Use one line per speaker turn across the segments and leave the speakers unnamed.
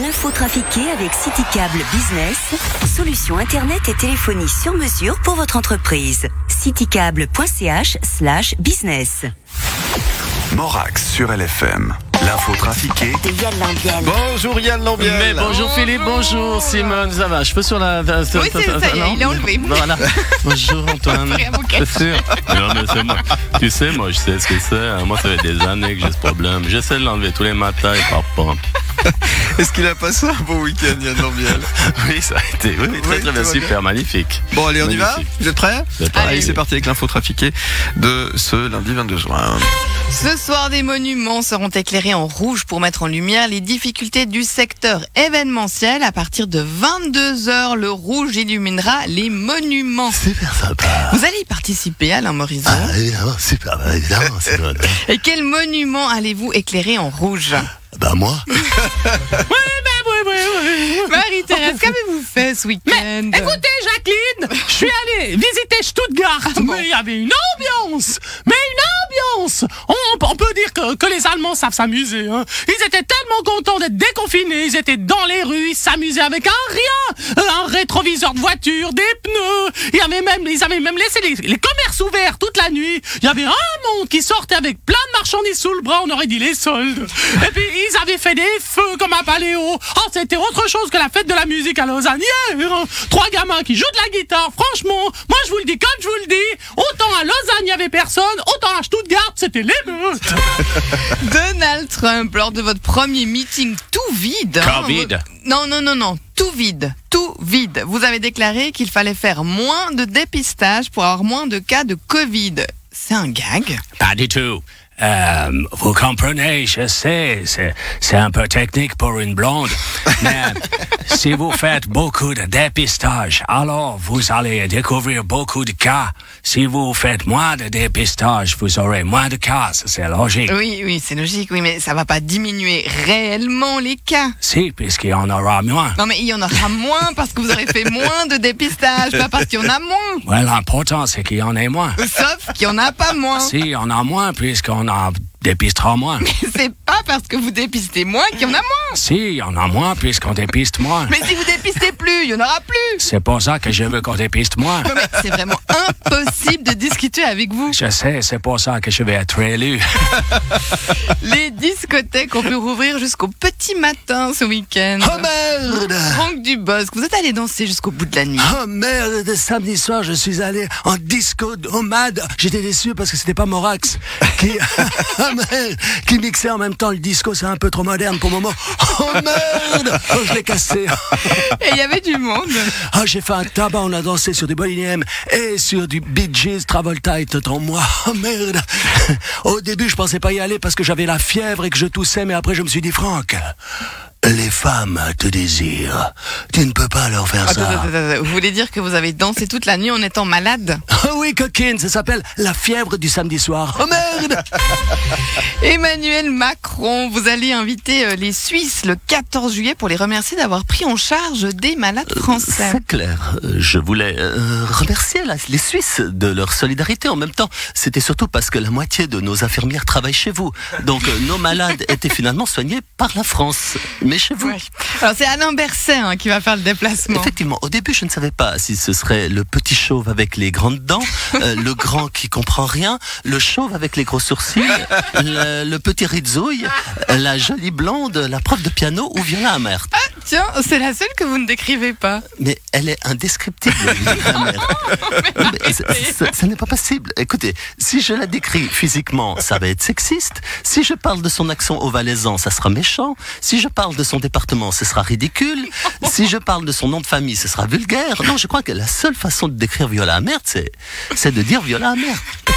L'info trafiquée avec CityCable Business, solution internet et téléphonie sur mesure pour votre entreprise. citycable.ch slash business.
Morax sur LFM. L'info trafiquée
De Yann Lambiel.
Bonjour Yann Lambiel.
Mais bonjour Philippe, bonjour Simone, ça va Je peux sur la. Oui,
Oh, Oui, c'est- ça y est, il est enlevé.
Voilà. Bonjour Antoine.
Vraiment
Bien sûr.
Non, mais c'est moi. Tu sais, moi, je sais ce que c'est. hein. Moi, ça fait des années que j'ai ce problème. J'essaie de l'enlever tous les matins et par pas.
Est-ce qu'il a passé un bon week-end Yann Lambiel
Oui, ça a été. Oui, oui, très,
Oui,
très
tout va
bien. Super, magnifique.
Bon allez on y va
Magnifique.
Vous êtes prêts
C'est
Allez.
Allez c'est parti avec l'info trafiquée de ce lundi 22 juin.
Ce soir, des monuments seront éclairés en rouge pour mettre en lumière les difficultés du secteur événementiel. À partir de 22 heures, le rouge illuminera les monuments.
Super sympa.
Vous allez y participer, Alain Morison.
Ah, évidemment, super. Bah, évidemment, c'est bon.
Et quel monument allez-vous éclairer en rouge
Bah, moi.
Marie-Thérèse, qu'avez-vous fait ce week-end
Écoutez Jacqueline, je suis allée visiter Stuttgart. Mais il y avait une ambiance, mais une ambiance. On, on peut dire que, que les Allemands savent s'amuser. hein. Ils étaient tellement contents d'être déconfinés, ils étaient dans les rues, ils s'amusaient avec un rien, Euh, un rétroviseur de voiture, des pneus. Il y avait même, ils avaient même laissé les, les commerces ouverts toute la nuit. Il y avait un monde qui sortait avec plein de marchandises sous le bras. On aurait dit les soldes. Et puis ils avaient fait des feux comme à Paléo. Oh, c'était autre chose que la fête de la musique à Lausanne hier. hein. Trois gamins qui jouent de la guitare. Franchement, moi je vous le dis comme je vous le dis. Autant à Lausanne il y avait personne, autant à Stuttgart c'était l'émeute.
Donald Trump, lors de votre premier meeting tout vide. hein,
Covid.
votre- non, non, non, non, tout vide, tout vide. Vous avez déclaré qu'il fallait faire moins de dépistage pour avoir moins de cas de Covid. C'est un gag.
Pas du tout. Euh, vous comprenez, je sais, c'est c'est un peu technique pour une blonde, mais euh, si vous faites beaucoup de dépistage, alors vous allez découvrir beaucoup de cas. Si vous faites moins de dépistage, vous aurez moins de cas, ça, c'est logique.
Oui, oui, c'est logique, oui, mais ça va pas diminuer réellement les cas.
Si, puisqu'il y en aura moins.
Non, mais il y en aura moins parce que vous aurez fait moins de dépistage, pas parce qu'il y en a moins.
Ouais, l'important, c'est qu'il y en ait moins.
Sauf qu'il y en a pas moins.
Si, on a moins, puisqu'on en dépistera moins.
C'est pas parce que vous dépistez moins qu'il y en a moins.
Si, on a moins, puisqu'on dépiste moins.
Mais si vous dépistez plus, il y en aura plus.
C'est pour ça que je veux qu'on dépiste moins.
Non, mais c'est vraiment impossible de discuter avec vous.
Je sais, c'est pour ça que je vais être élu.
Les discothèques ont pu rouvrir jusqu'au petit matin ce week-end.
Oh merde
Franck Dubosc, vous êtes allé danser jusqu'au bout de la nuit.
Oh merde Samedi soir, je suis allé en disco nomade. J'étais déçu parce que c'était pas Morax qui, Oh merde, qui mixait en même temps. Le disco, c'est un peu trop moderne pour le moment. Oh merde Oh, je l'ai cassé.
Et il y avait du monde.
Oh, j'ai fait un tabac. On a dansé sur du Bonnie M et sur du Bee Gees, Travolta et en moi. Oh merde Au début, je pensais pas y aller parce que j'avais la fièvre et que je toussais, mais après, je me suis dit, Franck... Les femmes te désirent. Tu ne peux pas leur faire
Attends,
ça.
attends, attends, attends. Vous voulez dire que vous avez dansé toute la nuit en étant malade
Ah oui, coquine, ça s'appelle la fièvre du samedi soir. Oh merde
Emmanuel Macron, vous allez inviter euh, les Suisses le 14 juillet pour les remercier d'avoir pris en charge des malades français.
C'est clair. Euh, Je voulais euh, remercier la- les Suisses de leur solidarité. En même temps, c'était surtout parce que la moitié de nos infirmières travaillent chez vous. Donc, euh, nos malades étaient finalement soignés par la France, mais chez vous.
Ouais. Alors c'est Alain Berset hein, qui va faire le déplacement.
Effectivement, au début, je ne savais pas si ce serait le petit chauve avec les grandes dents, euh, le grand qui comprend rien, le chauve avec les gros sourcils, le, le petit ritzouille, la jolie blonde, la prof de piano ou Viola Amert.
Tiens, c'est la seule que vous ne décrivez pas.
Mais elle est indescriptible, Viola Amert. Mais ça- ça- ça n'est pas possible. Écoutez, si je la décris physiquement, ça va être sexiste. Si je parle de son accent au valaisan, ça sera méchant. Si je parle de son département, ce sera ridicule. Si je parle de son nom de famille, ce sera vulgaire. Non, je crois que la seule façon de décrire Viola Amert, c'est, c'est de dire Viola Amert. hein.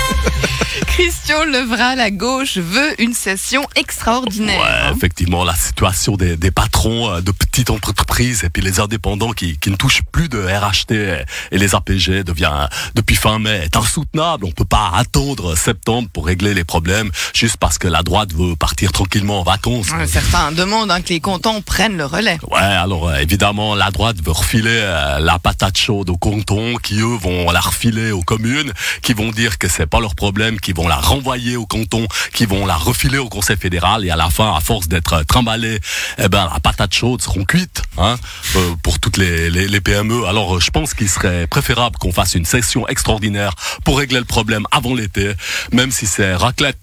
Christian Levral à gauche veut une session extraordinaire.
effectivement, la situation des, patrons de
petites entreprises et puis les indépendants qui, qui ne touchent plus de RHT et les APG devient, depuis fin mai, est insoutenable. On peut pas attendre septembre pour régler les problèmes juste parce que la droite veut partir tranquillement en vacances.
Ouais, Euh, Certains demandent hein, que les cantons prennent le relais.
Ouais, alors euh, évidemment, la droite veut refiler euh, la patate chaude aux cantons, qui eux vont la refiler aux communes, qui vont dire que c'est pas leur problème, qui vont la renvoyer aux cantons, qui vont la refiler au Conseil fédéral, et à la fin, à force d'être euh, trimballés, eh ben la patate chaude seront cuites, hein, euh, pour toutes les, les, les PME. Alors euh, je pense qu'il serait préférable qu'on fasse une session extraordinaire pour régler le problème avant l'été, même si c'est raclette.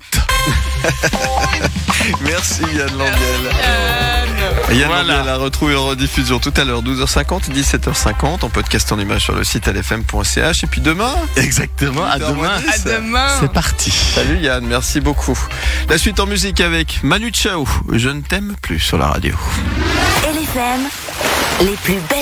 Merci Yann Lambiel. Yann Lambiel à retrouver en rediffusion tout à l'heure, 12h50, 17h50, en podcast en image sur le site lfm.ch. Et puis demain,
Exactement. À demain.
8h10.
À demain.
C'est parti.
Salut Yann, merci beaucoup. La suite en musique avec Manu Chao, Je ne t'aime plus sur la radio.
LFM, les plus belles